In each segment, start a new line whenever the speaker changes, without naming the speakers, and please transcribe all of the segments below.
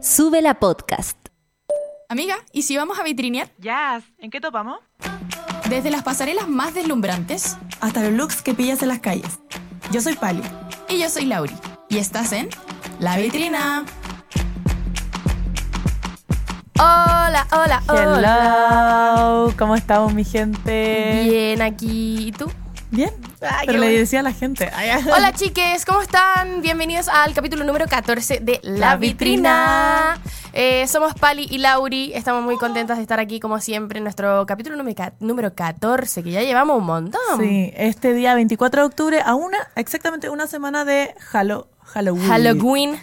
Sube la podcast.
Amiga, ¿y si vamos a vitrinear?
Jazz, ¿en qué topamos?
Desde las pasarelas más deslumbrantes.
Hasta los looks que pillas en las calles. Yo soy Pali.
Y yo soy Lauri. Y estás en La Vitrina.
Hola, hola, hola.
Hello, ¿cómo estamos mi gente?
Bien aquí. ¿Y tú?
Bien.
Ah,
Pero
qué
le
bueno. Ah,
decía a la gente. ay, ay.
Hola chiques, ¿cómo están? Bienvenidos al capítulo número 14 de La,
La
Vitrina.
Vitrina.
Eh, somos Pali y Lauri, estamos muy contentas de estar aquí como siempre en nuestro capítulo número ca- número 14, que ya llevamos un montón.
Sí, este día 24 de octubre, a una, exactamente una semana de Halo- Halloween.
Halloween.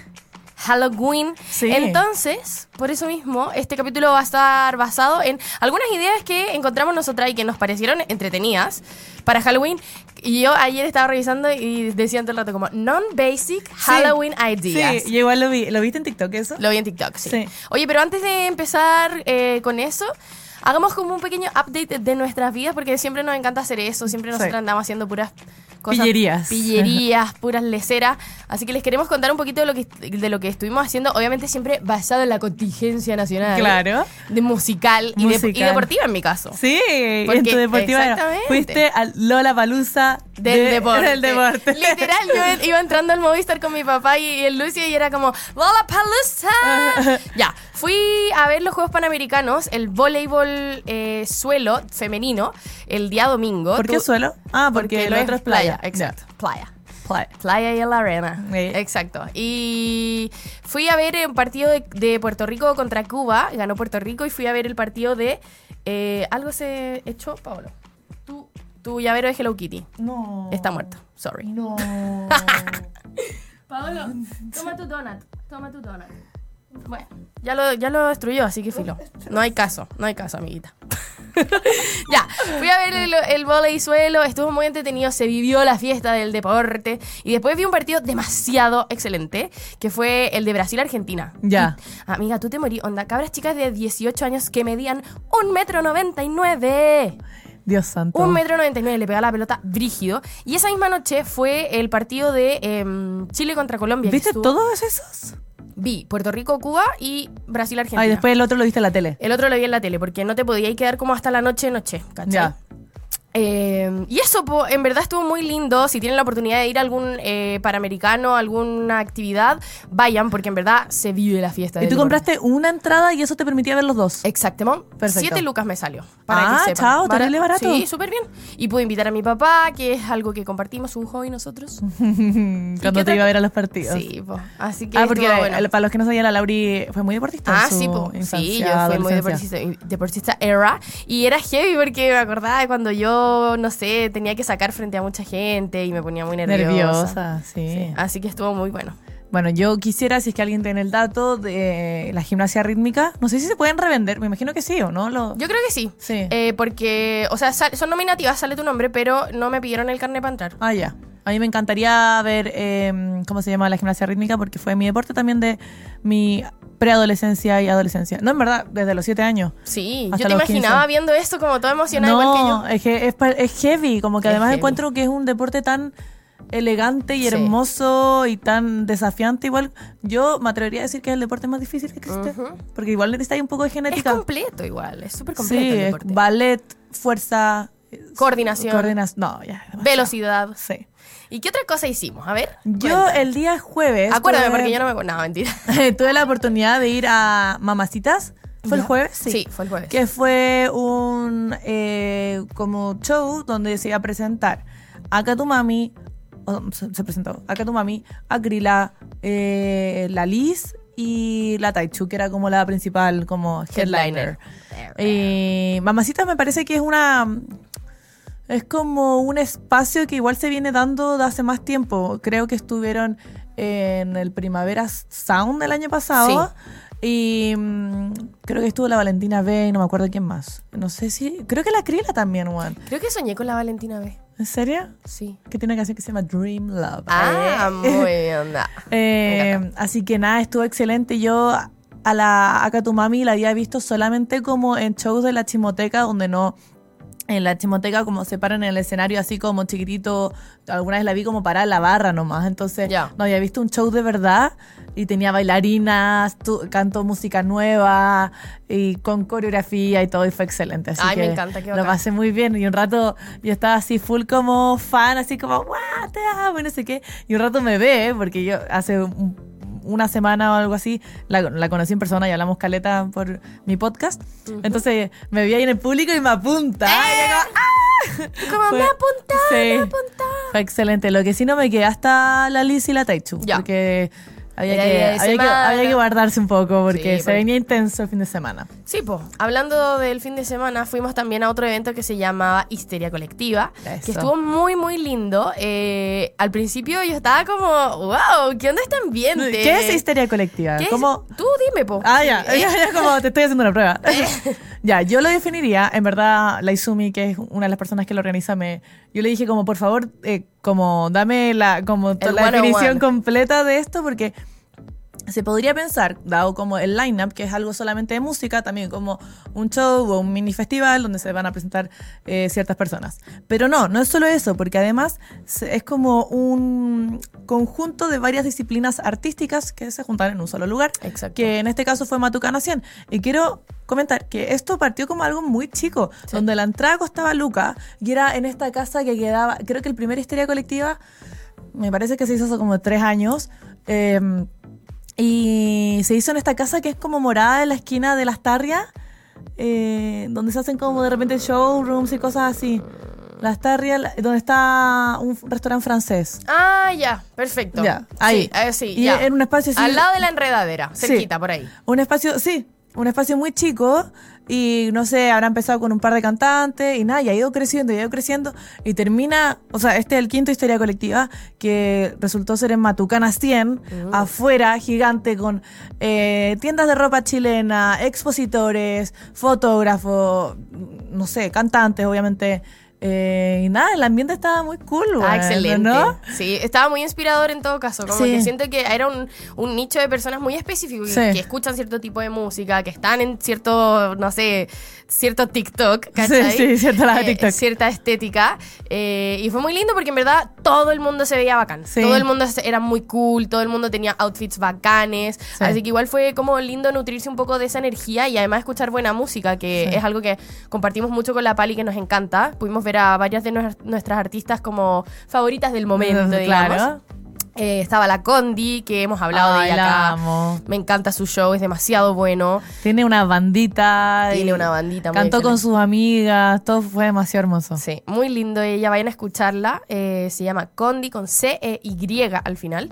Halloween.
Sí.
Entonces, por eso mismo, este capítulo va a estar basado en algunas ideas que encontramos nosotras y que nos parecieron entretenidas para Halloween. Y yo ayer estaba revisando y decían todo el rato como non-basic
Sí.
Halloween ideas.
Sí, yo igual lo vi. ¿Lo viste en TikTok eso?
Lo vi en TikTok, sí.
Sí.
Oye, pero antes de empezar eh, con eso, hagamos como un pequeño update de nuestras vidas, porque siempre nos encanta hacer eso, siempre nosotros andamos haciendo puras cosas.
Pillerías.
Pillerías, puras leceras. Así que les queremos contar un poquito de lo que, de lo que estuvimos haciendo, obviamente siempre basado en la contingencia nacional.
Claro.
De musical, y de- Y,
Musical.
deportiva en mi caso.
Sí, en
Porque-
tu deportiva era-
exactamente.
fuiste al Lola Palusa
Del deporte.
Del deporte.
Literal, yo iba entrando al Movistar con mi papá y, y el Lucio y era como ¡Lollapalooza! ya, fui a ver los Juegos Panamericanos, el voleibol eh, suelo femenino, el día domingo.
¿Por qué
Tú-
suelo? Ah, porque, el
lo
otro es playa.
Exacto, playa.
Ya, playa.
Playa y en la arena.
Sí.
Exacto. Y fui a ver eh, un partido de, de Puerto Rico contra Cuba. Ganó Puerto Rico y fui a ver el partido de. eh, algo se echó, Paolo. Tu, tu llavero de Hello Kitty.
No.
Está muerto. Sorry.
No.
Paolo, toma tu donut. Toma tu donut. Bueno, ya lo, ya lo destruyó, así que filo. No hay caso, no hay caso, amiguita. ya, fui a ver el, el volei suelo, estuvo muy entretenido, se vivió la fiesta del deporte y después vi un partido demasiado excelente, que fue el de Brasil-Argentina.
ya.
Amiga, tú te morí, onda, cabras chicas de 18 años que medían un metro 99.
Dios santo.
Un metro noventa y nueve, le pegaba la pelota brígido. Y esa misma noche fue el partido de em, Chile contra Colombia. que
¿Viste
estuvo-
todos esos?
Vi Puerto Rico, Cuba y Brasil, Argentina.
Ay, después el otro lo viste en la tele.
El otro lo vi en la tele, porque no te podías quedar como hasta la noche, noche, ¿cachai?
Ya.
Eh, y eso, po, en verdad estuvo muy lindo. Si tienen la oportunidad de ir a algún eh, panamericano, alguna actividad, vayan, porque en verdad se vive la fiesta.
Y
del
tú
deporte.
compraste una entrada y eso te permitía ver los dos.
Eh, Exactamente.
Perfecto.
Siete lucas me salió. Para
Ah,
que sepan.
chao, terrible barato.
Sí, súper bien. Y pude invitar a mi papá, que es algo que compartimos, un hobby nosotros.
Cuando te
otra
iba a ver a los partidos.
Sí, po. Así que.
Ah, porque
estuvo bueno.
el- para los que no sabían, la Lauri fue muy deportista. en
Ah,
su
sí, po. sí, yo
infancia,
fui muy
adolescencia.
deportista, deportista era. Y era heavy porque me acordaba de cuando yo, no sé, tenía que sacar frente a mucha gente y me ponía muy nerviosa.
Nerviosa, sí.
Sí, Así que estuvo muy bueno.
Bueno, yo quisiera, si es que alguien tiene el dato de la gimnasia rítmica, no sé si se pueden revender, me imagino que sí o no. Lo...
Yo creo que sí.
Sí.
Eh, porque, o sea, sal- son nominativas, sale tu nombre, pero no me pidieron el carnet para entrar.
Ah, ya. A mí me encantaría ver eh, cómo se llama la gimnasia rítmica porque fue mi deporte también de mi preadolescencia y adolescencia. No, en verdad, desde los siete años.
Sí,
Hasta
yo te
los 15.
imaginaba viendo esto como toda emocionada, igual que yo.
es que es, pa- es heavy, como que
Es
además
heavy.
encuentro que es un deporte tan elegante y
Sí.
hermoso y tan desafiante. Igual yo me atrevería a decir que es el deporte más difícil que existe, porque igual necesitáis un poco de
Es
genética.
completo igual, es súper completo
sí,
el
es
deporte.
ballet, fuerza,
Coordinación.
coordinación. No, ya. demasiado.
Velocidad.
Sí.
¿Y qué otra cosa hicimos? A ver.
Yo el día jueves.
Acuérdame,
tuve-
porque yo no me acuerdo. No, mentira.
tuve la oportunidad de ir a Mamacitas. ¿Fue el jueves?
Sí, fue el jueves.
Que fue un eh, como show donde se iba a presentar Acá tu mami, oh, se, se presentó Acá tu mami, Acrila, eh, la Liz y la Taichu, que era como la principal como headliner. Y Mamacitas Eh, me parece que es una es como un espacio que igual se viene dando de hace más tiempo. Creo que estuvieron en el Primavera Sound del año pasado. Y mm, creo que estuvo la Valentina B y no me acuerdo quién más. No sé si. Creo que la Crila también, Juan.
Creo que soñé con la Valentina B.
¿En serio?
Sí.
Que tiene una canción que se llama Dream Love.
Ah,
Eh.
muy bien. da.
Eh, así que nada, estuvo excelente. Yo a la a Katumami la había visto solamente como en shows de la chimoteca donde no en la chimoteca como se paran en el escenario así como chiquitito. Alguna vez la vi como parada en la barra nomás. Entonces
Ya.
no había visto un show de verdad y tenía bailarinas, tu- cantó música nueva y con coreografía y todo y fue excelente. Así
Ay, me
que
encanta, qué
Lo
bacán.
pasé muy bien y un rato yo estaba así full como fan, así como, ¡guau! Te amo y no sé qué. Y un rato me ve, porque yo hace un- una semana o algo así la, la conocí en persona y hablamos caleta por mi podcast. Entonces me vi ahí en el público y me apunta. Y yo como,
Como
fue-
¡Eh! Ah, me apuntaron,
sí.
me apuntaron.
Fue excelente. Lo que sí no me quedé hasta la Liz y la Taichu.
Ya.
Porque había
Era
que,
día de
había, que,
semana.
había que guardarse un poco porque
Sí,
se
porque-
venía intenso el fin de semana.
Sí, pues, hablando del fin de semana, fuimos también a otro evento que se llamaba Histeria Colectiva,
Eso.
que estuvo muy, muy lindo. Eh, al principio yo estaba como, wow, ¿qué onda este ambiente?
¿Qué es histeria colectiva?
¿Qué es?
¿Cómo-
Tú dime, po.
Ah, ya,
Eh,
ya, ya, como te estoy haciendo una prueba. ya, yo lo definiría, en verdad, la Izumi, que es una de las personas que lo organiza, me, yo le dije como, por favor, eh, como dame la, como to-
El
la
101.
definición completa de esto, porque se podría pensar, dado como el line-up, que es algo solamente de música, también como un show o un mini festival donde se van a presentar eh, ciertas personas. Pero no, no es solo eso, porque además se- es como un conjunto de varias disciplinas artísticas que se juntan en un solo lugar,
Exacto.
que en este caso fue Matucana 100. Y quiero comentar que esto partió como algo muy chico, donde la entrada costaba Luca y era en esta casa que quedaba, creo que el primer Histeria Colectiva me parece que se hizo hace como tres años. eh, y se hizo en esta casa que es como morada en la esquina de las tarrias, eh, donde se hacen como de repente showrooms y cosas así. Las tarrias, la- donde está un f- restaurante francés.
Ah, ya, perfecto.
Ya, ahí.
Sí, eh, sí,
Y
ya.
en un espacio así-
Al lado de la enredadera,
Sí.
cerquita, por ahí.
Un espacio, sí, un espacio muy chico y no sé, habrá empezado con un par de cantantes y nada, y ha ido creciendo, y ha ido creciendo y termina, o sea, este es el quinto Historia Colectiva que resultó ser en Matucanas 100,
Uh.
afuera, gigante, con eh, tiendas de ropa chilena, expositores, fotógrafos, no sé, cantantes, obviamente. eh, y nada, el ambiente estaba muy cool, bueno,
Ah, excelente.
¿no?
Sí, estaba muy inspirador en todo caso. Como
Sí.
que siento que era un, un nicho de personas muy específico y
Sí.
que escuchan cierto tipo de música, que están en cierto, no sé, cierto TikTok, ¿cachai?
Sí, sí, cierto lado de
Eh,
TikTok.
cierta estética. eh, y fue muy lindo porque en verdad todo el mundo se veía bacán.
Sí.
Todo el mundo se- era muy cool, todo el mundo tenía outfits bacanes. Así que igual fue como lindo nutrirse un poco de esa energía y además escuchar buena música, que es algo que compartimos mucho con la Pali que nos encanta. Pudimos ver a varias de nues- nuestras artistas como favoritas del momento,
Claro.
digamos. Eh, estaba la Condi, que hemos hablado
Ay,
de ella
la
acá.
amo.
Me encanta su show, es demasiado bueno.
Tiene una bandita.
Tiene
y
una bandita muy
Cantó con
excelente.
sus amigas. Todo fue demasiado hermoso.
Sí, muy lindo ella, vayan a escucharla. Eh, se llama Condi con C-E-Y al final.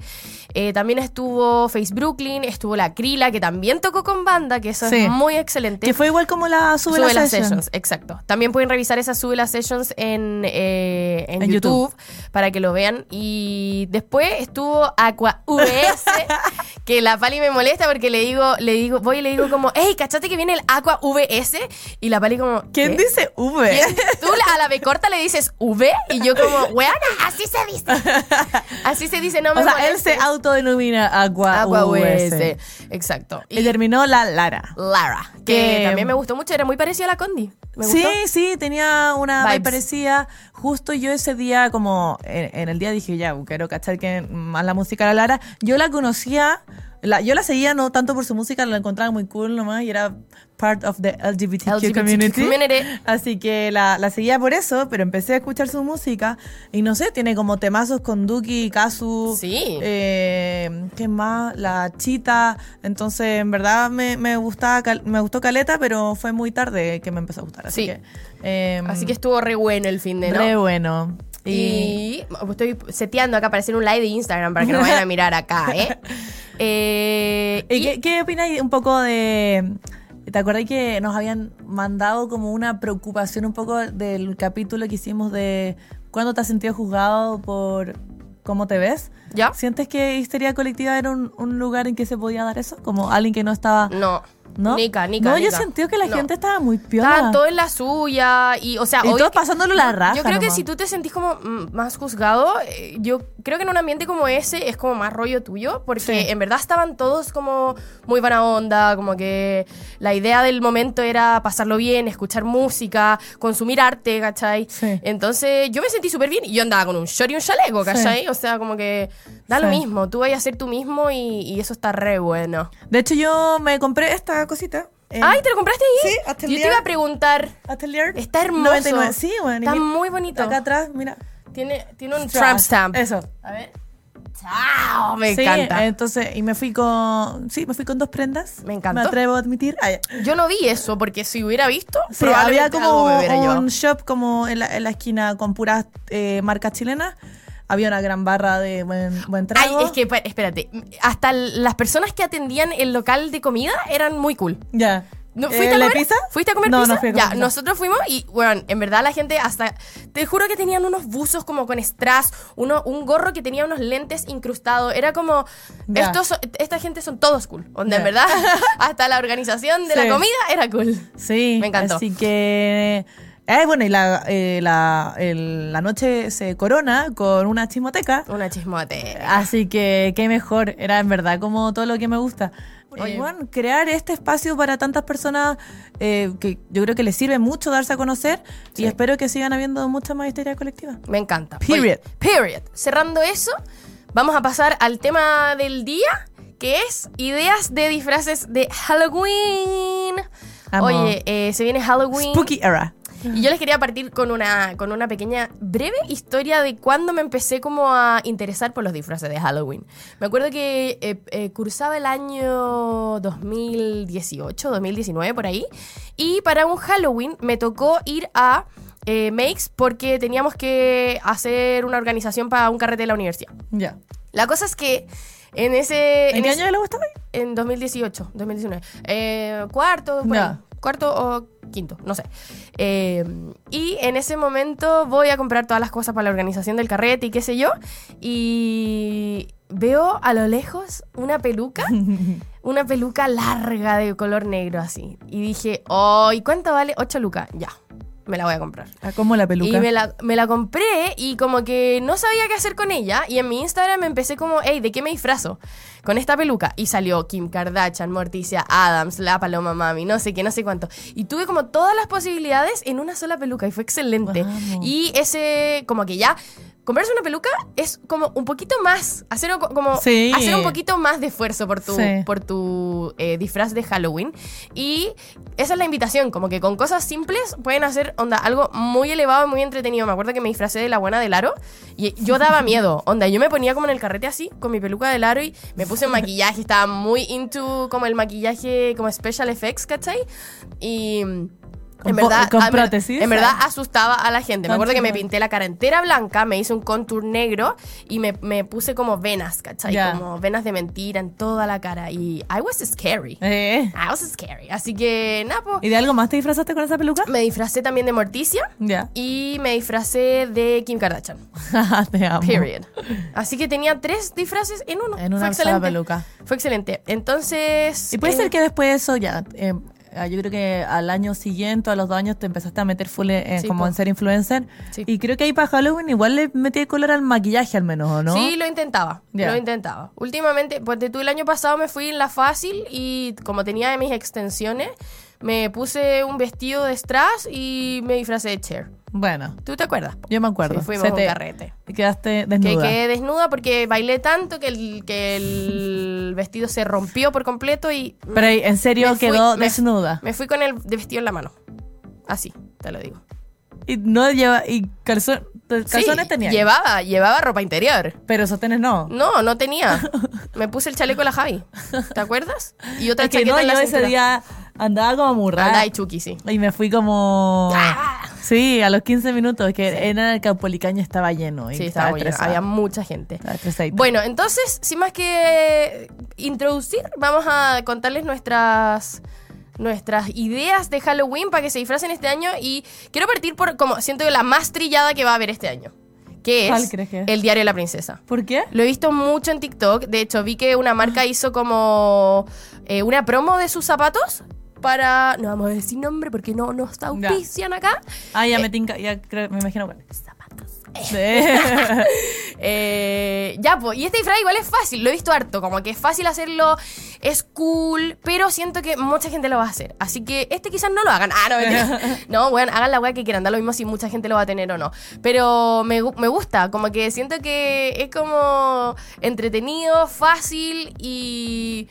Eh, también estuvo Face Brooklyn, estuvo la Krila, que también tocó con banda, que eso
Sí.
es muy excelente.
Que fue igual como la Sube,
Sube
la
las
Session.
sessions, exacto. También pueden revisar esas Sube las sessions en, eh, en
En
YouTube, para que lo vean. Y después estuvo Aqua VS, que la Pali me molesta porque le digo, le digo, voy y le digo como, hey, cachate que viene el Aqua VS. Y la Pali como,
¿Quién
"¿Qué?
dice V?
¿Quién- Tú a la B corta le dices V y yo como, weana, así se dice. Así se dice, no me
O sea, él se
molestes.
autodenomina Agua,
Agua
US.
VS. Exacto.
Y
Y
terminó la Lara.
Lara, que
Que-
también me gustó mucho, era muy parecida a la Condi. Me
Sí,
gustó.
sí, tenía una
Vibes.
vibe parecida. Justo yo ese día, como en, en el día dije, ya, quiero cachar que más la música era Lara. Yo la conocía, la- yo la seguía no tanto por su música, la encontraba muy cool nomás y era part of the LGBTQ,
LGBTQ
community.
community.
Así que la, la seguía por eso, pero empecé a escuchar su música y no sé, tiene como temazos con Duki, Kazu.
Sí.
Eh, ¿Qué más? La chita. Entonces, en verdad me, me, gustaba, cal- me gustó Caleta, pero fue muy tarde que me empezó a gustar. Así
Sí.
que. eh,
Así que estuvo re bueno el fin de ¿no?
re bueno. Y,
Y estoy seteando acá para hacer un live de Instagram para que no vayan a mirar acá, ¿eh? Eh,
¿y qué, qué opináis un poco de. ¿Te acordáis que nos habían mandado como una preocupación un poco del capítulo que hicimos de cuándo te has sentido juzgado por cómo te ves?
¿Ya? Mm.
¿Sientes que Histeria Colectiva era un, un lugar en que se podía dar eso? Como alguien que no estaba
No.
¿no?
Nica, nica,
No, yo
nica.
sentí que la
No.
gente estaba muy piola.
Está todo en la suya y, o sea,
Y
obvio
todos
que-
pasándolo la raja
Yo creo que
nomás.
si tú te sentís como mm, más juzgado, eh, yo creo que en un ambiente como ese es como más rollo tuyo, porque
Sí.
en verdad estaban todos como muy buena onda, como que la idea del momento era pasarlo bien, escuchar música, consumir arte, ¿cachai?
Sí.
Entonces yo me sentí súper bien y yo andaba con un short y un chaleco,
Sí.
¿cachai? O sea, como que da lo
Sí.
mismo, tú vas a ser tú mismo y, y eso está re bueno.
De hecho, yo me compré esta cosita. eh,
¡Ay, te lo compraste ahí!
sí, hasta el
yo
día-
te iba a preguntar.
Atelier.
Está hermoso.
99. Sí, bueno. y
Está
mira,
muy bonito.
Acá atrás, mira.
Tiene, tiene un tramp stamp.
Eso.
A ver. ¡Chao! Me
Sí, eh,
encanta.
Entonces, y me fui con. Sí, me fui con dos prendas.
Me encantó.
Me atrevo a admitir. Ay,
Yo no vi eso porque si hubiera visto,
sí,
probablemente
había como
algo me hubiera llevado.
un shop como en la, en la esquina con puras eh, marcas chilenas. Había una gran barra de buen, buen
Ay,
trago.
es que pa- espérate, hasta l- las personas que atendían el local de comida eran muy cool.
Ya.
¿No,
Eh,
¿Fuiste a
¿la
comer
pizza?
¿Fuiste a comer
no,
pizza?
No, fui a
ya,
comer pizza.
nosotros fuimos y, bueno, en verdad la gente hasta. Te juro que tenían unos buzos como con strass, uno, un gorro que tenía unos lentes incrustados. Era como.
Ya.
Estos, son- esta gente son todos cool. Donde en
Ya.
verdad, hasta la organización de
Sí.
la comida era cool.
Sí.
Me encantó.
Así que. Eh, bueno, y la, eh, la, el- la noche se corona con una chismoteca.
Una chismote.
Así que qué mejor, era en verdad como todo lo que me gusta.
Oye.
Eh, bueno, crear este espacio para tantas personas eh, que yo creo que les sirve mucho darse a conocer y espero que sigan habiendo mucha más histeria colectiva.
Me encanta.
Period.
Oye, period. Cerrando eso, vamos a pasar al tema del día, que es ideas de disfraces de Halloween.
Amo.
Oye, eh, se viene Halloween.
Spooky Era.
Y yo les quería partir con una, con una pequeña, breve historia de cuando me empecé como a interesar por los disfraces de Halloween. Me acuerdo que eh, eh, cursaba el año 2018, 2019, por ahí. Y para un Halloween me tocó ir a eh, Makes porque teníamos que hacer una organización para un carrete de la universidad.
Ya.
La cosa es que en ese...
¿En qué
ese-
año le gustaba?
en 2018, 2019. Eh, cuarto, por
Ya.
ahí. cuarto o quinto, no sé. Eh, y en ese momento voy a comprar todas las cosas para la organización del carrete y qué sé yo. Y veo a lo lejos una peluca, una peluca larga de color negro así. Y dije, oh, ¿y cuánto vale? 8 lucas. Ya, me la voy a comprar.
Ah, como la peluca.
Y me la, me la compré y como que no sabía qué hacer con ella. Y en mi Instagram empecé como, hey, ¿de qué me disfrazo? Con esta peluca. Y salió Kim Kardashian, Morticia Adams, La Paloma Mami, no sé qué, no sé cuánto. Y tuve como todas las posibilidades en una sola peluca y fue excelente.
Vamos.
Y ese, como que ya... Comprarse una peluca es como un poquito más, hacer un co- como
Sí.
hacer un poquito más de esfuerzo por tu,
Sí.
por tu eh, disfraz de Halloween. Y esa es la invitación, como que con cosas simples pueden hacer onda algo muy elevado y muy entretenido. Me acuerdo que me disfracé de la buena del aro y yo daba miedo. Onda, yo me ponía como en el carrete así, con mi peluca del aro y me puse maquillaje. Estaba muy into como el maquillaje, como special effects, ¿cachai? Y. En
Con po-
verdad,
con
a-
prótesis,
en verdad
¿sabes?
asustaba a la gente. Me acuerdo que me
Conchita.
pinté la cara entera blanca, me hice un contour negro y me, me puse como venas, ¿cachai?
Ya.
Como venas de mentira en toda la cara. Y I was scary.
Eh,
I was scary. Así que, nada, po.
¿Y de algo más te disfrazaste con esa peluca?
Me disfracé también de Morticia
Ya.
y me disfracé de Kim Kardashian.
Te amo.
Period. Así que tenía tres disfraces en uno.
En una
Fue
sola
excelente.
peluca.
Fue excelente. Entonces.
Y puede
eh,
ser que después de eso ya. eh, ah, yo creo que al año siguiente, a los dos años, te empezaste a meter full eh,
Sí,
como
po.
en ser influencer.
Sí.
Y creo que ahí para Halloween igual le metí el color al maquillaje al menos, ¿o no?
Sí, lo intentaba.
Ya.
Lo intentaba. Últimamente, pues de tú el año pasado me fui en la fácil y como tenía mis extensiones, me puse un vestido de strass y me disfracé de Cher.
Bueno,
¿Tú te acuerdas? po?
yo me acuerdo.
Sí, fuimos
Se
a un
te-
carrete.
Quedaste
Que
desnuda.
quedé desnuda porque bailé tanto que el, que el vestido se rompió por completo y
Pero ahí, en serio
Me fui-
quedó
me-
desnuda.
me fui con el vestido en la mano. Así, te lo digo.
Y no lleva y calzón- te- calzones
Sí,
tenía.
Llevaba, llevaba ropa interior.
Pero sostenes no.
No, no tenía. Me puse el chaleco de la Javi. ¿Te acuerdas? Y otra
Es que
chaqueta
no,
en la
yo ese
cintura.
día andaba como murrada.
Andai Chucky, sí.
Y me fui como.
¡Ah!
Sí, a los 15 minutos, que en el Caupolicaño estaba lleno. Y
Sí,
estaba,
estaba muy lleno.
estresada.
Había mucha gente.
Estaba estresadita.
Bueno, entonces, sin más que introducir, vamos a contarles nuestras nuestras ideas de Halloween para que se disfracen este año y quiero partir por como siento que la más trillada que va a haber este año, que
¿Cuál
es
crees que es?
el diario de la princesa.
¿Por qué?
Lo he visto mucho en TikTok. De hecho, vi que una
Ah.
marca hizo como eh, una promo de sus zapatos para. No vamos a decir nombre porque no nos auspician acá.
Ah, ya me tinca, ya creo- me imagino cuál.
Eh. Zapatos.
Sí.
Eh, ya, pues. Y este disfraz igual es fácil. Lo he visto harto. Como que es fácil hacerlo. Es cool. Pero siento que mucha gente lo va a hacer. Así que este quizás no lo hagan. Ah, no, mentira. No, bueno, hagan la weá que quieran. Da lo mismo si mucha gente lo va a tener o no. Pero me, gu- me gusta. Como que siento que es como entretenido, fácil y.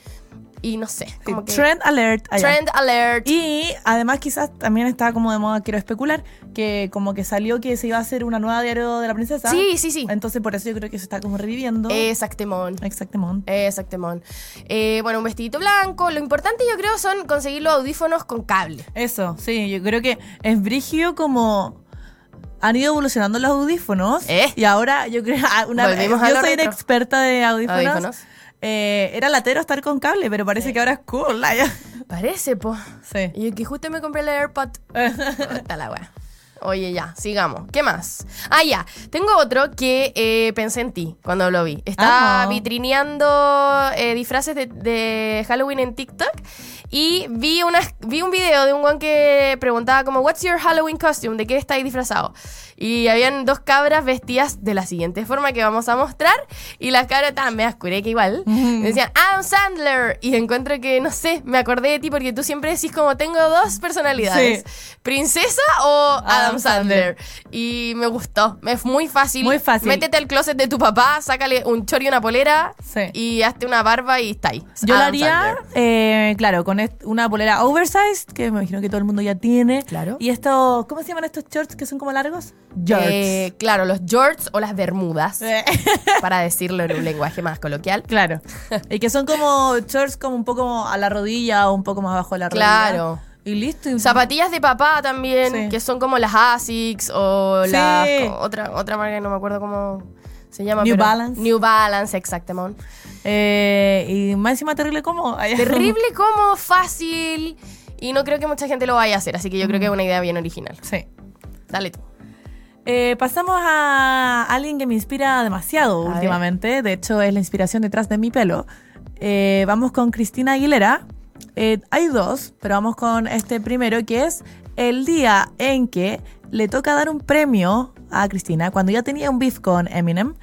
Y no sé. Como que.
Trend alert. allá.
Trend alert.
Y además quizás también está como de moda, quiero especular, que como que salió que se iba a hacer una nueva diario de la princesa.
Sí, sí, sí.
Entonces por eso yo creo que se está como reviviendo.
Exactemón.
Exactamente.
Exactemón. Eh, bueno, un vestidito blanco. Lo importante yo creo son conseguir los audífonos con cable.
Eso, sí, yo creo que es brigio como han ido evolucionando los audífonos.
Eh.
Y ahora yo creo, ah, una vez, yo
Volvimos a lo
soy una
retro.
experta de audífonos.
Audífonos.
Eh, era latero estar con cable, pero parece que ahora es cool. la ya.
Parece, po.
Sí.
Y que justo me compré el AirPod. Está la wea. Oye, ya, sigamos. ¿Qué más? Ah, ya. Tengo otro que eh, pensé en ti cuando lo vi. Estaba
Amo.
vitrineando eh, disfraces de, de Halloween en TikTok y vi, unas, vi un video de un guan que preguntaba como, ¿What's your Halloween costume? ¿De qué estáis disfrazado? Y habían dos cabras vestidas de la siguiente forma que vamos a mostrar y las cabras estaban me oscuré que igual. Decían, Adam Sandler. Y encuentro que, no sé, me acordé de ti porque tú siempre decís como, tengo dos personalidades. ¿Princesa o Adam,
Adam
Sandler? Y me gustó. Es muy fácil.
Muy fácil.
Métete al closet de tu papá, sácale un chor y una polera
Sí.
y hazte una barba y está ahí.
Yo
Adam
lo haría,
Sandler.
eh, claro, con est- una polera oversized, que me imagino que todo el mundo ya tiene.
Claro.
Y estos, ¿cómo se llaman estos shorts que son como largos?
Eh, claro, los jorts o las bermudas,
Eh,
para decirlo en un lenguaje más coloquial.
claro. Y que son como shorts como un poco a la rodilla o un poco más abajo de la rodilla.
Claro.
Y listo. y-
Zapatillas de papá también,
Sí.
que son como las ASICS o
Sí.
las co- otra otra marca que no me acuerdo cómo se llama.
New
pero-
Balance.
New Balance, exactamente.
Eh, y más encima terrible cómodo.
Terrible, cómodo, fácil. Y no creo que mucha gente lo vaya a hacer, así que yo creo que es
Mm.
una idea bien original.
Sí.
Dale tú.
Eh, pasamos a alguien que me inspira demasiado
A
últimamente. De hecho, es la inspiración detrás de mi pelo. Eh, vamos con Cristina Aguilera. Eh, hay dos, pero vamos con este primero, que es el día en que le toca dar un premio a Cristina, cuando ya tenía un beef con Eminem.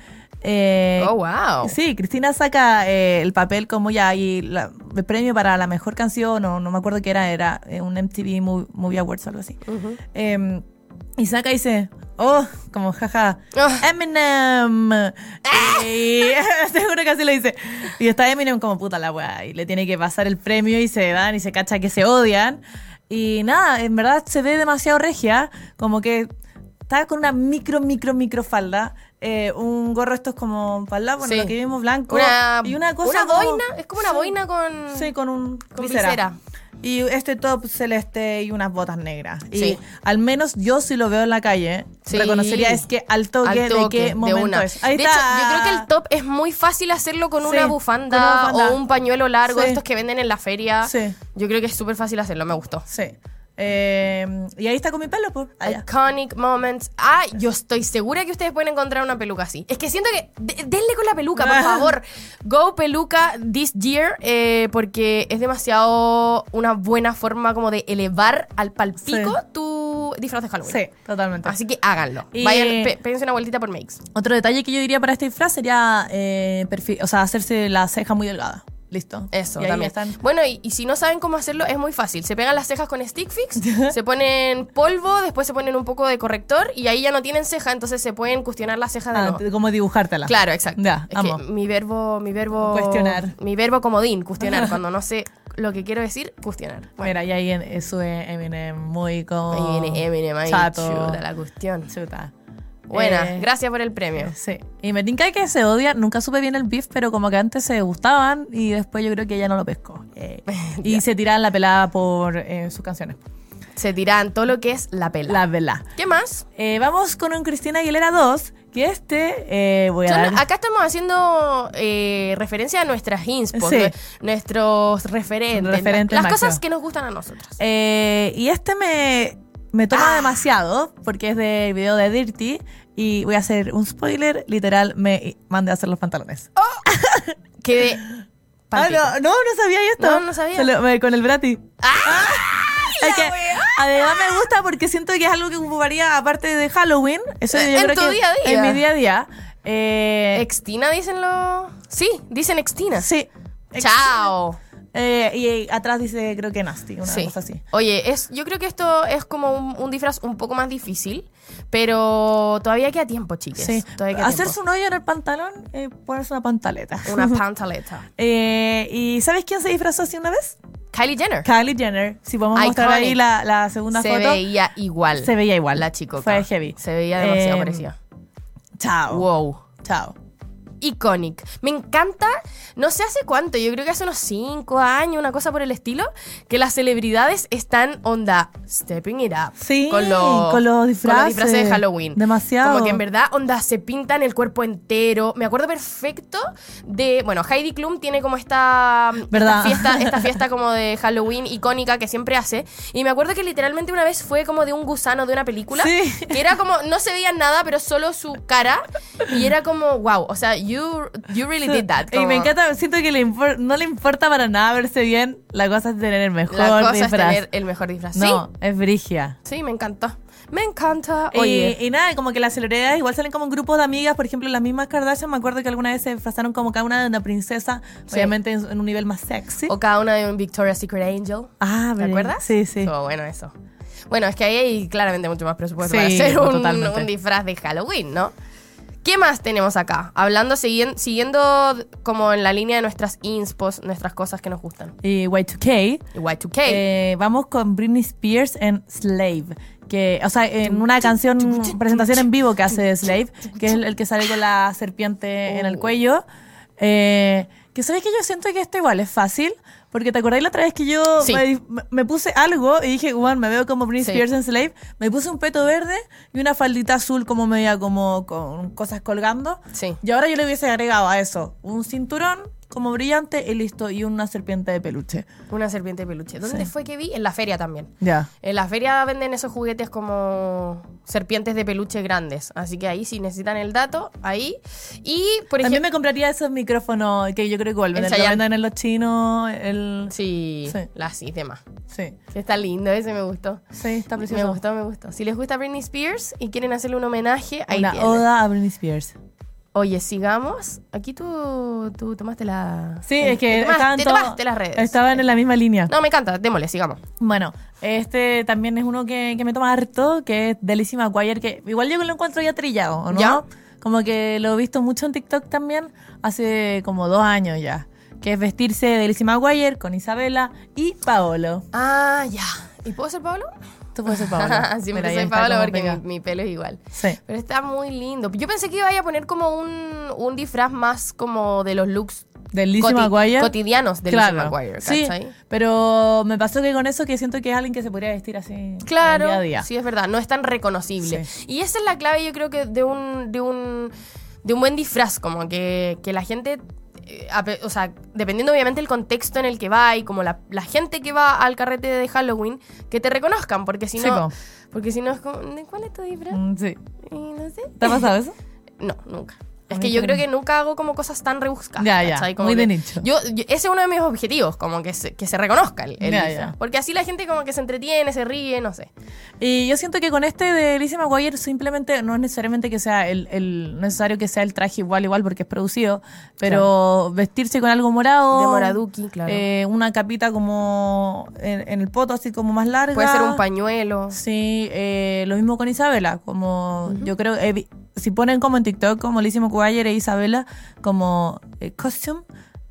Eh,
oh, wow.
Sí, Cristina saca eh, el papel como ya y la- el premio para la mejor canción, o no me acuerdo qué era, era eh, un MTV Mo- Movie Awards o algo así. Em, y saca y dice, oh, como jaja,
Ah.
Eminem. Y seguro que así le dice. Y está Eminem como puta la weá, y le tiene que pasar el premio y se van y se cacha que se odian. Y nada, en verdad se ve demasiado regia, como que estaba con una micro, micro, micro falda, eh, un gorro estos como falda, bueno,
Sí.
lo que vimos blanco,
Una,
y una cosa
una
como-
boina, es como una
Sí.
boina con...
Sí, con un
con
visera.
visera.
Y este top celeste y unas botas negras. Y
Sí.
al menos yo si lo veo en la calle,
Sí.
reconocería es que al toque,
Al toque,
de qué momento
una.
es. Ahí
de
está.
hecho, yo creo que el top es muy fácil hacerlo con
Sí,
una
con
bufanda,
una bufanda.
o un pañuelo largo,
Sí.
estos que venden en la feria.
Sí.
Yo creo que es súper fácil hacerlo, me gustó.
Sí. Eh, y ahí está con mi pelo, pues. Allá.
Iconic moments. Ah, yo estoy segura que ustedes pueden encontrar una peluca así. Es que siento que. de- denle con la peluca,
Ah.
por favor. Go peluca this year, eh, porque es demasiado una buena forma como de elevar al palpico
Sí.
tu disfraz de Halloween.
Sí, totalmente.
Así que háganlo.
Y-
Vayan, pe- péguense una vueltita por makes.
Otro detalle que yo diría para este disfraz sería eh, perfi- o sea, hacerse la ceja muy delgada. Listo.
Eso,
Y ahí
también.
están.
Bueno, y, y si no saben cómo hacerlo, es muy fácil. Se pegan las cejas con stick fix, se ponen polvo, después se ponen un poco de corrector y ahí ya no tienen ceja, entonces se pueden cuestionar las cejas de
Ah,
nuevo.
como dibujártela.
Claro, exacto.
Ya,
Es que
amo.
mi verbo, mi verbo.
Cuestionar.
Mi verbo comodín, cuestionar. Cuando no sé lo que quiero decir, cuestionar. Bueno,
Mira, y ahí en- eh, sube Eminem muy como...
ahí viene Eminem ahí.
chato.
chuta la cuestión.
Chuta.
Buena,
Eh,
gracias por el premio.
Sí. Y me tinca que se odia, nunca supe bien el beef, pero como que antes se gustaban y después yo creo que ella no lo pescó. Eh, y se tiran la pelada por eh, sus canciones.
Se tiran todo lo que es la pela.
La vela.
¿Qué más?
Eh, vamos con un Cristina Aguilera 2, que este eh, voy a
Son-
dar...
acá estamos haciendo eh, referencia a nuestras inspos,
Sí.
nue- nuestros referentes,
Referentes Eh,
la- las
máximos.
cosas que nos gustan a nosotros.
Eh, y este me me
Ah.
toma demasiado porque es del video de Dirty y voy a hacer un spoiler. Literal, me mandé a hacer los pantalones.
Quedé.
ah,
palpito.
no, no, no sabía yo esto.
No, no sabía.
Se lo- me- con el Brati. Es que, además me gusta porque siento que es algo que ocuparía aparte de Halloween. Eso
Eh,
yo
en
creo
tu
que
día a día.
En mi día a día. Eh,
¿Extina dicen los.? Sí, dicen extina.
sí.
Chao.
Eh, y, eh, atrás dice, creo que Nasty, una
Sí.
cosa así.
Oye, es, yo creo que esto es como un, un disfraz un poco más difícil, pero todavía queda tiempo, chicas.
Sí.
Todavía queda
Hacerse un hoyo en el pantalón, eh, ponerse una pantaleta.
tiempo. una pantaleta.
Eh, ¿Y sabes quién se disfrazó así una vez?
Kylie Jenner
Kylie Jenner. Si podemos mostrar
Iconic.
ahí la, la segunda
se
foto.
veía igual.
se veía igual.
la chica.
Fue heavy. oh.
Se veía demasiado
Eh,
parecida.
Chao.
Wow.
Chao.
Iconic. Me encanta, no sé hace cuánto, yo creo que hace unos 5 años, una cosa por el estilo, que las celebridades están onda stepping it up.
Sí,
con, los-
con los
con
disfraces.
de Halloween.
Demasiado.
Como que en verdad, onda, se pintan el cuerpo entero. Me acuerdo perfecto de. Bueno, Heidi Klum tiene como esta, esta
¿Verdad?
fiesta, esta fiesta como de Halloween icónica que siempre hace. Y me acuerdo que literalmente una vez fue como de un gusano de una película.
Sí.
Que era como, no se veía nada, pero solo su cara. Y era como, wow, o sea, you, you really did that.
Y
como-
me encanta, siento que le impor- no le importa para nada verse bien. La cosa es tener el mejor
La cosa es
disfraz.
tener el mejor disfraz.
No, es brigia.
Sí, sí, me encantó. Me encanta. Oye.
Y, y nada, como que las celebridades igual salen como un grupo de amigas, por ejemplo, las mismas Kardashian, me acuerdo que alguna vez se disfrazaron como cada una de una princesa,
Sí.
obviamente en, en un nivel más sexy.
O cada una de un Victoria's Secret Angel.
Ah,
¿Te
verdad.
acuerdas?
Sí, sí.
Estuvo bueno eso. Bueno, es que ahí hay claramente mucho más presupuesto
Sí,
para hacer un,
totalmente.
un disfraz de Halloween, ¿no? ¿Qué más tenemos acá? Hablando, siguien- siguiendo como en la línea de nuestras inspos, nuestras cosas que nos gustan.
Y Y2K.
Y Y2K.
Eh, vamos con Britney Spears en Slave. Que, o sea, en una canción, presentación en vivo que hace de Slave, que es el, el que sale con la serpiente
Oh.
en el cuello. Eh, que sabes que yo siento que esto igual es fácil, porque te acordáis la otra vez que yo
Sí.
me, me puse algo y dije, bueno, me veo como Britney
Sí.
Spears en Slave, me puse un peto verde y una faldita azul como media como con cosas colgando.
Sí.
Y ahora yo le hubiese agregado a eso un cinturón como brillante y listo, y una serpiente de peluche.
una serpiente de peluche. ¿Dónde fue que vi? En la feria también.
Ya.
En la feria venden esos juguetes como serpientes de peluche grandes. Así que ahí, si necesitan el dato, ahí. Y, por ejemplo.
También me compraría esos micrófonos que yo creo que
El
vuelven. El que
Chayanne.
venden en los chinos. El... Sí.
Sí,
Sí.
las y demás.
sí.
Sí, está lindo, ese me gustó.
está
Me
precioso.
gustó, me gustó. Si les gusta Britney Spears y quieren hacerle un homenaje, ahí
Una
tienen.
oda a Britney Spears.
Oye, sigamos. Aquí tú, tú tomaste la...
Sí,
el-
es que
te tomaste,
estaban
te
todos-
tomaste las redes.
Estaban en la misma línea.
No, me encanta. Démosle, sigamos.
Bueno, este también es uno que, que me toma harto, que es de Lizzie McGuire, que igual yo lo encuentro ya trillado, ¿o ¿no?
Ya.
Como que lo he visto mucho en TikTok también hace como dos años ya. Que es vestirse de Lizzie McGuire con Isabela y Paolo.
Ah, ya. ¿Y puedo ser Pablo?
Tú puedes ser Paolo. Mira,
Siempre
ahí
soy
está
Pablo
como
Ah, porque mi,
pegado.
mi pelo es igual.
Sí.
Pero está muy lindo. Yo pensé que iba a poner como un, un disfraz más como de los looks
De Lizzie
coti-
McGuire.
cotidianos de
claro.
Lizzie McGuire.
Sí,
¿cachai?
pero me pasó que con eso que siento que es alguien que se podría vestir así en el
Claro,
día a día.
sí es verdad, no es tan reconocible.
Sí.
Y esa es la clave, yo creo que de un de un de un buen disfraz, como que, que la gente eh, ape- o sea, dependiendo obviamente el contexto en el que va y como la, la gente que va al carrete de Halloween, que te reconozcan, porque si
Sí,
no,
po.
porque si no es como, "¿De ¿cuál es tu disfraz?
Mm, sí.
Y no sé.
¿Te ha pasado eso?
No, nunca.
A
Es
mí
que yo creo
también.
que nunca hago como cosas tan rebuscadas.
Ya, ya,
¿cachai? Como
muy de
que
nicho.
Yo, yo- ese es uno de mis objetivos, como que se, que se reconozca el, el
Ya,
disfraz.
ya.
Porque así la gente como que se entretiene, se ríe, no sé.
Y yo siento que con este de Lizzie McGuire simplemente no es necesariamente que sea el, el- no es necesario que sea el traje igual igual porque es producido, pero vestirse con algo morado,
De moraduki, claro.
eh, una capita como en, en el poto así como más larga,
Puede ser un pañuelo.
Sí, eh, lo mismo con Isabela, como yo creo, eh, vi- si ponen como en TikTok, como le hicimos Cuayer e Isabela, como eh, costume,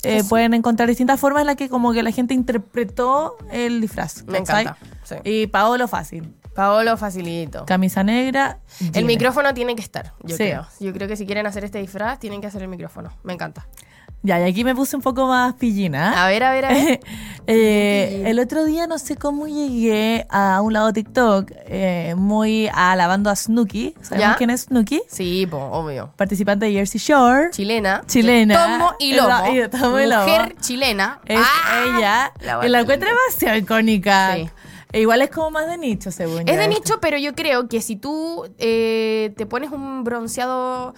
eh, pueden encontrar distintas formas en las que como que la gente interpretó el disfraz.
Me
¿cachai?
encanta. sí.
Y Paolo fácil,
Paolo facilito.
camisa negra.
El
jeans.
micrófono tiene que estar, yo
Sí.
creo. Yo creo que si quieren hacer este disfraz, tienen que hacer el micrófono. Me encanta.
Ya, y aquí me puse un poco más pillina.
A ver, a ver, a ver.
Eh, el otro día no sé cómo llegué a un lado TikTok eh, muy alabando a Snooki. ¿Sabemos
¿Ya?
quién es Snooki?
Sí, po, obvio.
Participante de Jersey Shore.
Chilena.
Chilena.
de Tomo y lomo.
Y de tomo y lomo.
Mujer chilena.
Es
¡Ah!
ella.
La
La, la encuentro demasiado icónica.
Sí.
E igual es como más de nicho, según yo.
Es de nicho, pero yo creo que si tú eh, te pones un bronceado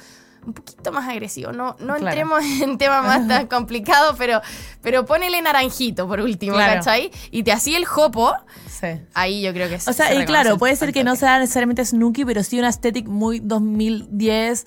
un poquito más agresivo, no, no
Claro.
entremos en temas más tan complicados, pero, pero ponele naranjito por último,
Claro.
¿cachai? Y te hacía el jopo,
Sí.
ahí yo creo que
O sea,
se
y
reconoce
claro,
el-
puede ser
al
que no
toque.
sea necesariamente Snooki, pero sí una aesthetic muy 2010.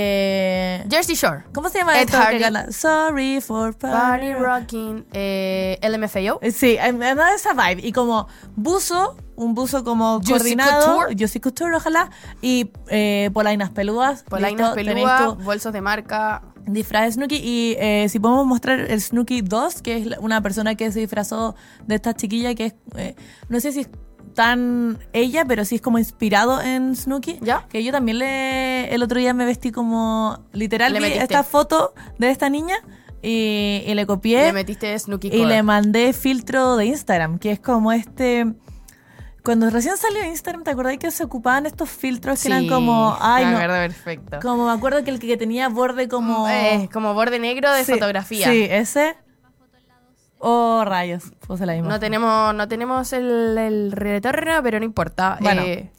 Eh,
Jersey Shore.
¿Cómo se llama
Ed
esto que
Hardy.
canta? Sorry for
Party
party rock.
Rocking, eh, LMFAO.
Sí, nada de esa vibe. Y como buzo, un buzo como
Juicy
coordinado.
Couture.
Juicy Couture, ojalá. Y eh, polainas peludas.
Polainas
Listo, tenéis
pelúas,
tu
bolsos de marca.
Disfraz de Snooki. Y eh, si podemos mostrar el Snooki 2, que es la- una persona que se disfrazó de esta chiquilla que es. eh, no sé si es tan ella, pero sí es como inspirado en Snooki.
¿Ya?
Que yo también le. El otro día me vestí como. Literal,
Le
vi
metiste.
esta foto de esta niña y, y le copié.
Le metiste Snooki
¿Eh? Y
Core.
le mandé filtro de Instagram, que es como este. Cuando recién salió Instagram, ¿te acordás que se ocupaban estos filtros que
Sí,
eran como. Ay,
me
no.
acuerdo perfecto.
Como me acuerdo que el que tenía borde como.
Eh, como borde negro de
Sí,
fotografía.
Sí, ese. Oh, rayos. Puse la misma.
No tenemos, no tenemos el, el retorno, pero no importa.
Bueno,
Eh,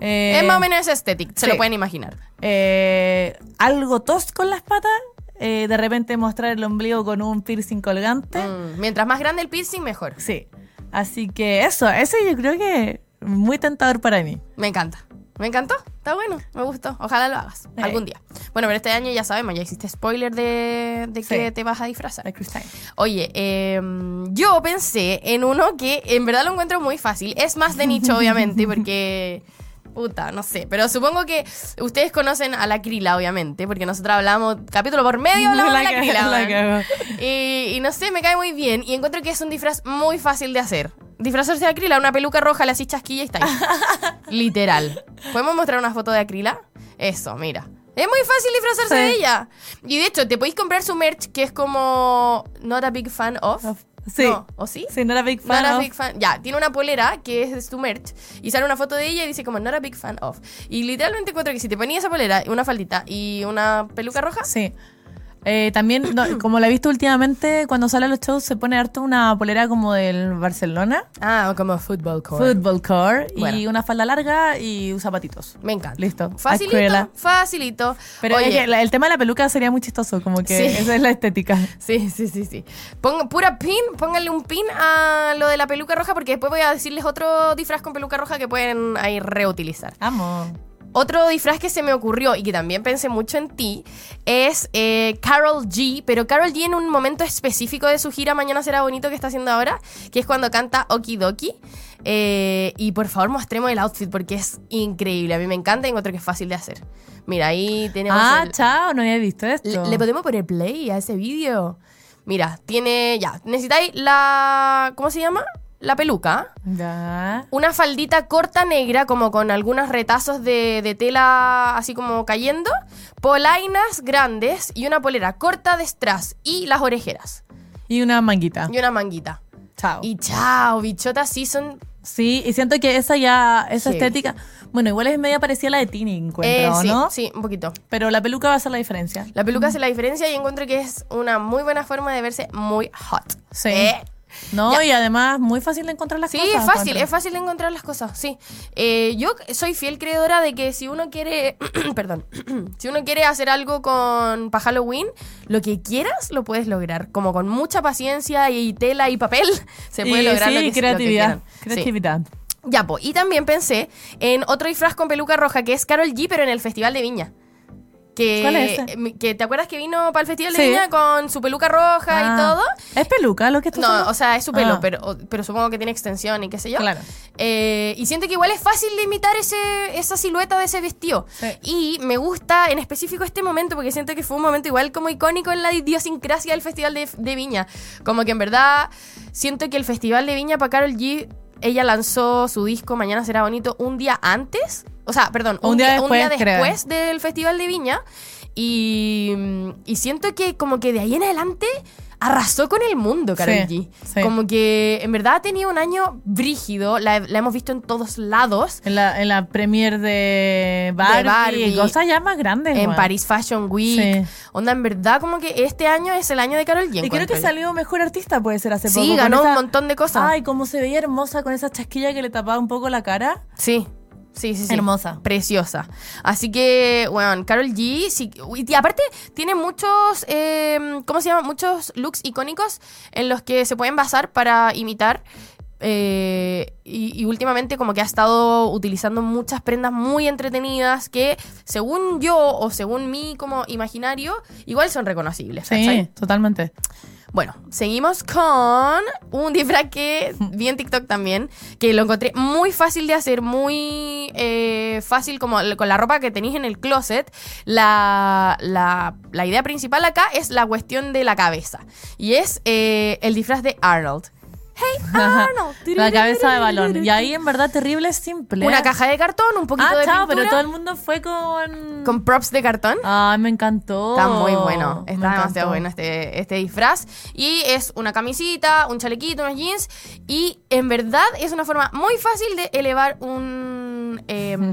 Eh,
es más o menos ese aesthetic, se
sí.
lo pueden imaginar.
eh, algo tosco en las patas. eh, de repente mostrar el ombligo con un piercing colgante.
Mm, Mientras más grande el piercing, mejor.
Sí. Así que eso, ese yo creo que muy tentador para mí.
Me encanta. Me encantó, está bueno, me gustó. Ojalá lo hagas
Eh.
algún día. Bueno, pero este año ya sabemos, ya hiciste spoiler de, de que
Sí.
te vas a disfrazar.
La Christine.
Oye, eh, yo pensé en uno que en verdad lo encuentro muy fácil. Es más de nicho, obviamente, porque. Puta, no sé. Pero supongo que ustedes conocen a la Krila, obviamente, porque nosotros hablamos capítulo por medio hablamos de la
La
Krila.
cagó, la
weón.
cagó.
Y, y no sé, me cae muy bien. Y encuentro que es un disfraz muy fácil de hacer. Disfrazarse de acrila, una peluca roja, le así chasquilla y está ahí. Literal. ¿Podemos mostrar una foto de acrila? Eso, mira. Es muy fácil disfrazarse
Sí.
de ella. Y de hecho, te podéis comprar su merch que es como Not a Big Fan of.
Of- Sí.
No, ¿O sí?
Sí, no era big fan.
Not a
of-
big fan. Ya, tiene una polera que es su merch. Y sale una foto de ella y dice como Not a big fan of. Y literalmente encuentro que si te ponías esa polera, una faldita y una peluca roja,
Sí. Eh, también, no, como la he visto últimamente, cuando sale a los shows se pone harto una polera como del Barcelona,
ah, como football core.
Football Core, y
Bueno.
una falda larga y un zapatitos.
Me encanta.
Listo.
Facilito,
Acuela.
facilito.
Pero
Oye,
es que la- el tema de la peluca sería muy chistoso, como que
Sí.
esa es la estética.
Sí, sí, sí, sí. Ponga, pura pin, pónganle un pin a lo de la peluca roja porque después voy a decirles otro disfraz con peluca roja que pueden ahí reutilizar.
Amo.
Otro disfraz que se me ocurrió y que también pensé mucho en ti es eh, Carol G, pero Carol G en un momento específico de su gira Mañana será bonito que está haciendo ahora, que es cuando canta Okidoki. Eh, y por favor mostremos el outfit porque es increíble, a mí me encanta y encuentro que es fácil de hacer. Mira, ahí tenemos...
Ah,
el-
chao, no había visto esto.
Le, le podemos poner play a ese vídeo. Mira, tiene. Ya, necesitáis la. ¿Cómo se llama? La peluca.
Ya.
Una faldita corta negra, como con algunos retazos de, de tela así como cayendo. Polainas grandes y una polera corta de strass y las orejeras.
Y una manguita.
Y una manguita.
Chao.
Y chao, bichota season.
Sí, y siento que esa ya, esa
Heavy.
estética, bueno, igual es media parecida a la de Tini,
Eh,
encuentro,
sí,
¿no?
sí, un poquito.
Pero la peluca va a ser la diferencia.
La peluca hace la diferencia y encuentro que es una muy buena forma de verse muy hot.
Sí.
Eh,
No,
Ya.
y además muy fácil de encontrar las
Sí,
cosas.
es fácil,
encuentro.
es fácil de encontrar las cosas, sí. Eh, yo soy fiel creadora de que si uno quiere, perdón, si uno quiere hacer algo con para Halloween, lo que quieras lo puedes lograr, como con mucha paciencia y tela y papel se puede
Y
lograr
sí,
lo que lo que
creatividad.
quieran. Sí.
creatividad.
Ya, po. Y también pensé en otro disfraz con peluca roja que es Carol G, pero en el Festival de Viña. Que,
¿Cuál es ese?
mi- que te acuerdas que vino para el Festival de
Sí.
Viña con su peluca roja y
Ah,
todo.
¿Es peluca lo que estás
No,
usando?
o sea, es su pelo,
Ah.
pero, o- pero supongo que tiene extensión y qué sé yo.
Claro.
Eh, y siento que igual es fácil de imitar ese, esa silueta de ese vestido. Y me gusta en específico este momento porque siento que fue un momento igual como icónico en la idiosincrasia del Festival de, de Viña. Como que en verdad siento que el Festival de Viña para Carol G, ella lanzó su disco Mañana será bonito un día antes. O sea, perdón,
Un día después, creo.
después del Festival de Viña. Y, y siento que como que de ahí en adelante arrasó con el mundo, Karol
Sí,
G.
sí.
Como que en verdad ha tenido un año brígido, la, la hemos visto en todos lados.
En la, en la premier de Barbie,
Barbie.
cosas ya más grandes.
En
weón.
París Fashion Week.
Sí.
Onda, en verdad, como que este año es el año de Carol G.
Y creo
encuentro
que
yo.
salió mejor artista, puede ser, hace
Sí,
poco. con
ganó un montón de cosas.
Ay, cómo se veía hermosa con esa chasquilla que le tapaba un poco la cara.
Sí. Sí, sí, sí.
Hermosa.
Preciosa. Así que, bueno, Carol G. sí- y aparte, tiene muchos. eh, ¿Cómo se llama? Muchos looks icónicos en los que se pueden basar para imitar. eh, y, y últimamente, como que ha estado utilizando muchas prendas muy entretenidas que, según yo o según mi como imaginario, igual son reconocibles. ¿cachai?
totalmente.
Bueno, seguimos con un disfraz que vi en TikTok también, que lo encontré muy fácil de hacer, muy eh, fácil como l- con la ropa que tenéis en el closet. La, la- la idea principal acá es la cuestión de la cabeza. Y es eh, el disfraz de Arnold. Hey, Arnold.
La cabeza de balón. Y ahí en verdad terrible es simple.
Una caja de cartón, un poquito
Ah,
de
chao,
pintura,
pero todo el mundo fue con.
con props de cartón.
Ay, me encantó.
Está muy bueno,
Oh, Me
está demasiado
encantó.
bueno este, este disfraz. Y es una camisita, un chalequito, unos jeans. Y en verdad es una forma muy fácil de elevar un. eh,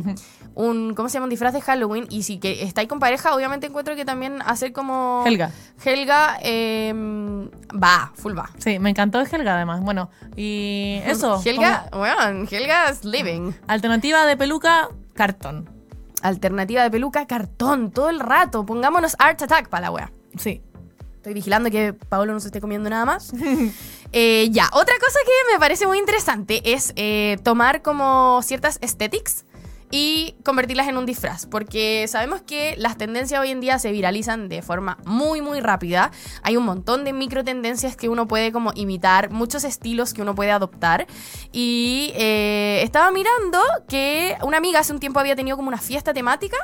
un ¿Cómo se llama? Un disfraz de Halloween. Y si que estáis con pareja, obviamente encuentro que también hacer como.
Helga.
Helga eh, va, full va.
Sí, me encantó Helga además. Bueno, y eso.
Helga,
como
bueno, Helga's living.
Alternativa de peluca, cartón.
Alternativa de peluca, cartón, todo el rato. Pongámonos Art Attack para la wea.
Sí.
Estoy vigilando que Paolo no se esté comiendo nada más. Eh, ya, otra cosa que me parece muy interesante es eh, tomar como ciertas aesthetics y convertirlas en un disfraz, porque sabemos que las tendencias hoy en día se viralizan de forma muy, muy rápida. Hay un montón de micro tendencias que uno puede como imitar, muchos estilos que uno puede adoptar. Y eh, estaba mirando que una amiga hace un tiempo había tenido como una fiesta temática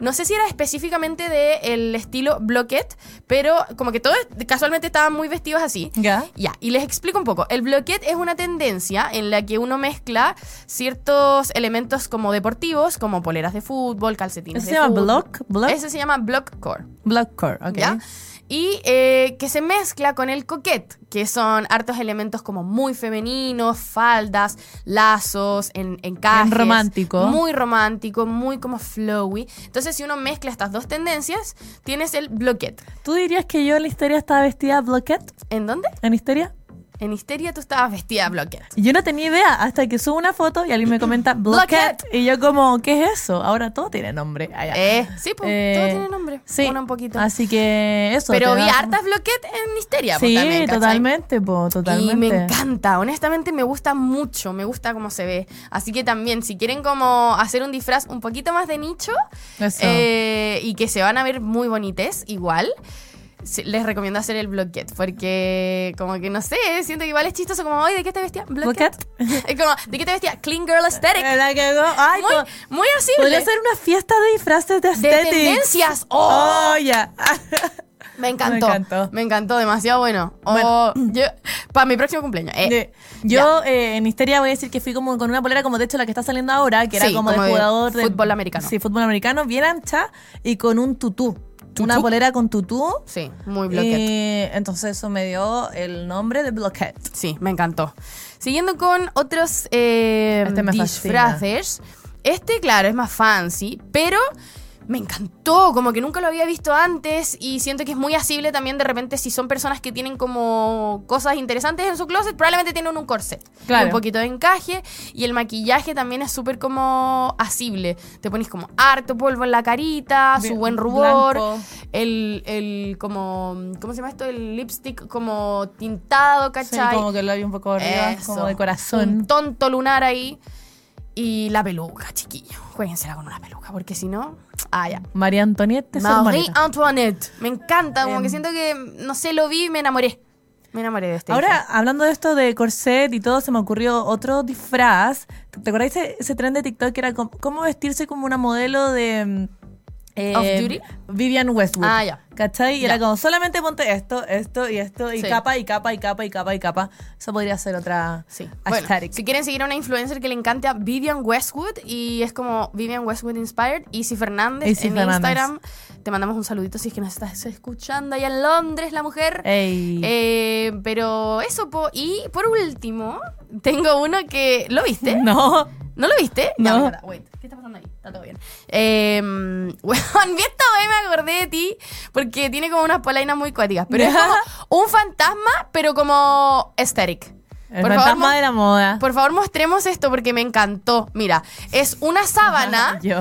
no sé si era específicamente del estilo bloquet, pero como que todos casualmente estaban muy vestidos así.
¿Ya?
Ya, y les explico un poco. El bloquet es una tendencia en la que uno mezcla ciertos elementos como deportivos, como poleras de fútbol, calcetines
¿Eso
de
se llama
fútbol.
block? ¿Block?
Ese se llama blockcore.
Blockcore, ok.
¿ya? Y eh, que se mezcla con el coquet, que son hartos elementos como muy femeninos, faldas, lazos, en, encajes.
Bien romántico.
Muy romántico, muy como flowy. Entonces, si uno mezcla estas dos tendencias, tienes el bloquet.
¿Tú dirías que yo en la historia estaba vestida bloquet?
¿En dónde?
¿En histeria?
En Histeria tú estabas vestida bloquet.
Y Yo no tenía idea hasta que subo una foto y alguien me comenta
Blockhead.
bloquet. Y yo como, ¿qué es eso? Ahora todo tiene nombre. Ah, ya.
Eh, sí, pues,
Eh,
todo tiene nombre.
Sí.
Una un poquito.
Así que eso.
Pero
te
vi
da-
hartas bloquet en Histeria. pues,
Sí,
también, ¿cachai?
totalmente, po, totalmente.
Y me encanta, honestamente me gusta mucho, me gusta cómo se ve. Así que también, si quieren como hacer un disfraz un poquito más de nicho
Eso.
eh, y que se van a ver muy bonites, igual, se- les recomiendo hacer el bloquet, porque como que no sé, siento que igual es chistoso como, hoy ¿de qué te vestía? Bloquet. Es como, ¿de qué te vestía? Clean girl aesthetic.
Eh, la cagó. Ay,
Muy,
po-
muy así.
podría ser una fiesta de disfraces
De
de aesthetics.
tendencias. ¡Oh!
Oh, ya.
Me encantó. Me encantó.
encantó.
demasiado bueno. Oh, Para mi próximo cumpleaños. Eh,
De- Yo eh, en histeria voy a decir que fui como con una polera como de hecho la que está saliendo ahora, que era
Sí,
como,
como
de
de
jugador de
fútbol americano.
Sí, fútbol americano, bien ancha y con un tutú. Una polera con tutú.
Sí, muy bloquet.
Y entonces eso me dio el nombre de Blockhead.
Sí, me encantó. Siguiendo con otros eh,
Este me
disfraces. Este, claro, es más fancy, pero me encantó, como que nunca lo había visto antes y siento que es muy asible también de repente si son personas que tienen como cosas interesantes en su closet, probablemente tienen un corset, y
Claro.
un poquito de encaje y el maquillaje también es súper como asible. Te pones como harto polvo en la carita, su
Bien,
buen rubor,
blanco.
el, el como, ¿cómo se llama esto? El lipstick como tintado,
Sí,
¿cachai?
como que lo había un poco arriba,
Eso.
como de
Un
corazón.
tonto lunar ahí. Y la peluca, chiquillo. Juéguensela con una peluca, porque si no. Ah, ya.
María Antonieta es
Marie
hermanita.
Antoinette. Me encanta,
Em.
como que siento que, no sé, lo vi y me enamoré. Me enamoré de este.
Ahora,
disfraz.
hablando de esto de corset y todo, se me ocurrió otro disfraz. ¿Te acordáis ese, ese tren de TikTok que era como- cómo vestirse como una modelo de mm, eh,
Off Duty.
Vivian Westwood.
Ah, ya.
¿Cachai? Y era
Ya.
como solamente ponte esto, esto y esto, y
Sí.
capa, y capa, y capa, y capa, y capa. Eso podría ser otra
Sí. Bueno,
aesthetic.
si quieren seguir a una influencer que le encanta Vivian Westwood y es como Vivian Westwood Inspired, Izzy Fernández
Izzy
en
Fernández.
Instagram. Te mandamos un saludito si es que nos estás escuchando allá en Londres, la mujer.
Ey.
Eh, pero eso, po. y por último, tengo uno que. ¿Lo viste?
No.
¿No lo viste?
No.
Ya, espera, wait. ¿Qué está pasando ahí? Está todo bien. Eh, weón, vi esta wea y me acordé de ti porque tiene como unas polainas muy cuáticas. Pero es como un fantasma, pero como aesthetic.
El
Por
fantasma
favor, mo-
de la moda.
por favor, mostremos esto porque me encantó. Mira, es una sábana,
Yo.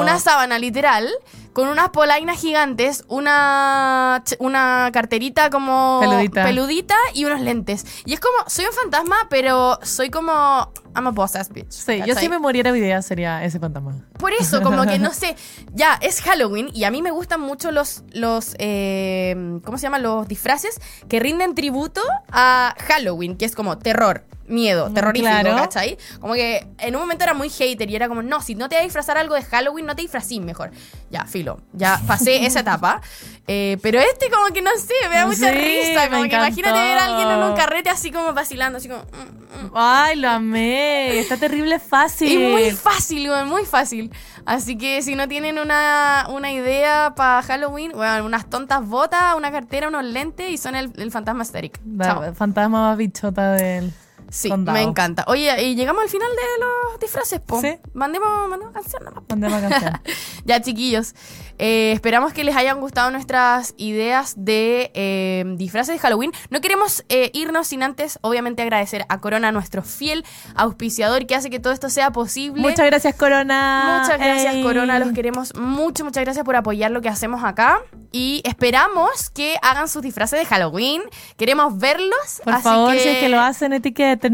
una sábana literal, con unas polainas gigantes, una, ch- una carterita como
Peludita.
peludita y unos lentes. Y es como, soy un fantasma, pero soy como... I'm a boss ass bitch.
Sí, yo
¿cachai?
si me muriera hoy día sería ese fantasma.
Por eso, como que no sé. Ya, es Halloween y a mí me gustan mucho los. los eh, ¿Cómo se llaman? Los disfraces que rinden tributo a Halloween, que es como terror, miedo, terrorífico,
Mm, claro.
¿cachai? Como que en un momento era muy hater y era como, no, si no te vas a disfrazar algo de Halloween, no te disfrazís mejor. Ya, filo. Ya pasé esa etapa. Eh, pero este, como que no sé, me da mucha
Sí,
risa. Como
me
que imagínate ver a alguien en un
encantó.
carrete así como vacilando, así como. mm, mm.
Ay, lo amé. Está terrible fácil.
Es muy fácil, weón, muy fácil. Así que si no tienen una, una idea para Halloween, weón, unas tontas botas, una cartera, unos lentes y son el, el fantasma asteric.
La
Chao.
fantasma más bichota del.
Sí,
condado.
me encanta. Oye, y llegamos al final de los disfraces, po.
Sí.
Mandemos, mandemos canción nomás.
Fantasma canción.
Ya, chiquillos, eh, esperamos que les hayan gustado nuestras ideas de eh, disfraces de Halloween. No queremos eh, irnos sin antes, obviamente, agradecer a Corona, nuestro fiel auspiciador que hace que todo esto sea posible.
Muchas gracias, Corona.
Muchas gracias,
Ah, Ey.
Corona. Los queremos mucho. Muchas gracias por apoyar lo que hacemos acá. Y esperamos que hagan sus disfraces de Halloween. Queremos verlos.
Por
así
favor,
que
si es que lo hacen, etiquétenos.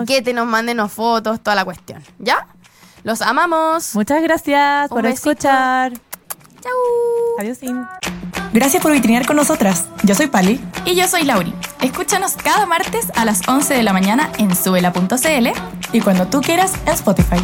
Etiquétenos, mándenos fotos, toda la cuestión. ¿Ya? Los amamos.
Muchas gracias
Un
por
besito.
escuchar.
Chau.
Adiós. Sin.
Gracias por vitrinear con nosotras. Yo soy Pali.
Y yo soy Lauri. Escúchanos cada martes a las 11 de la mañana en suela.cl
Y cuando tú quieras, en Spotify.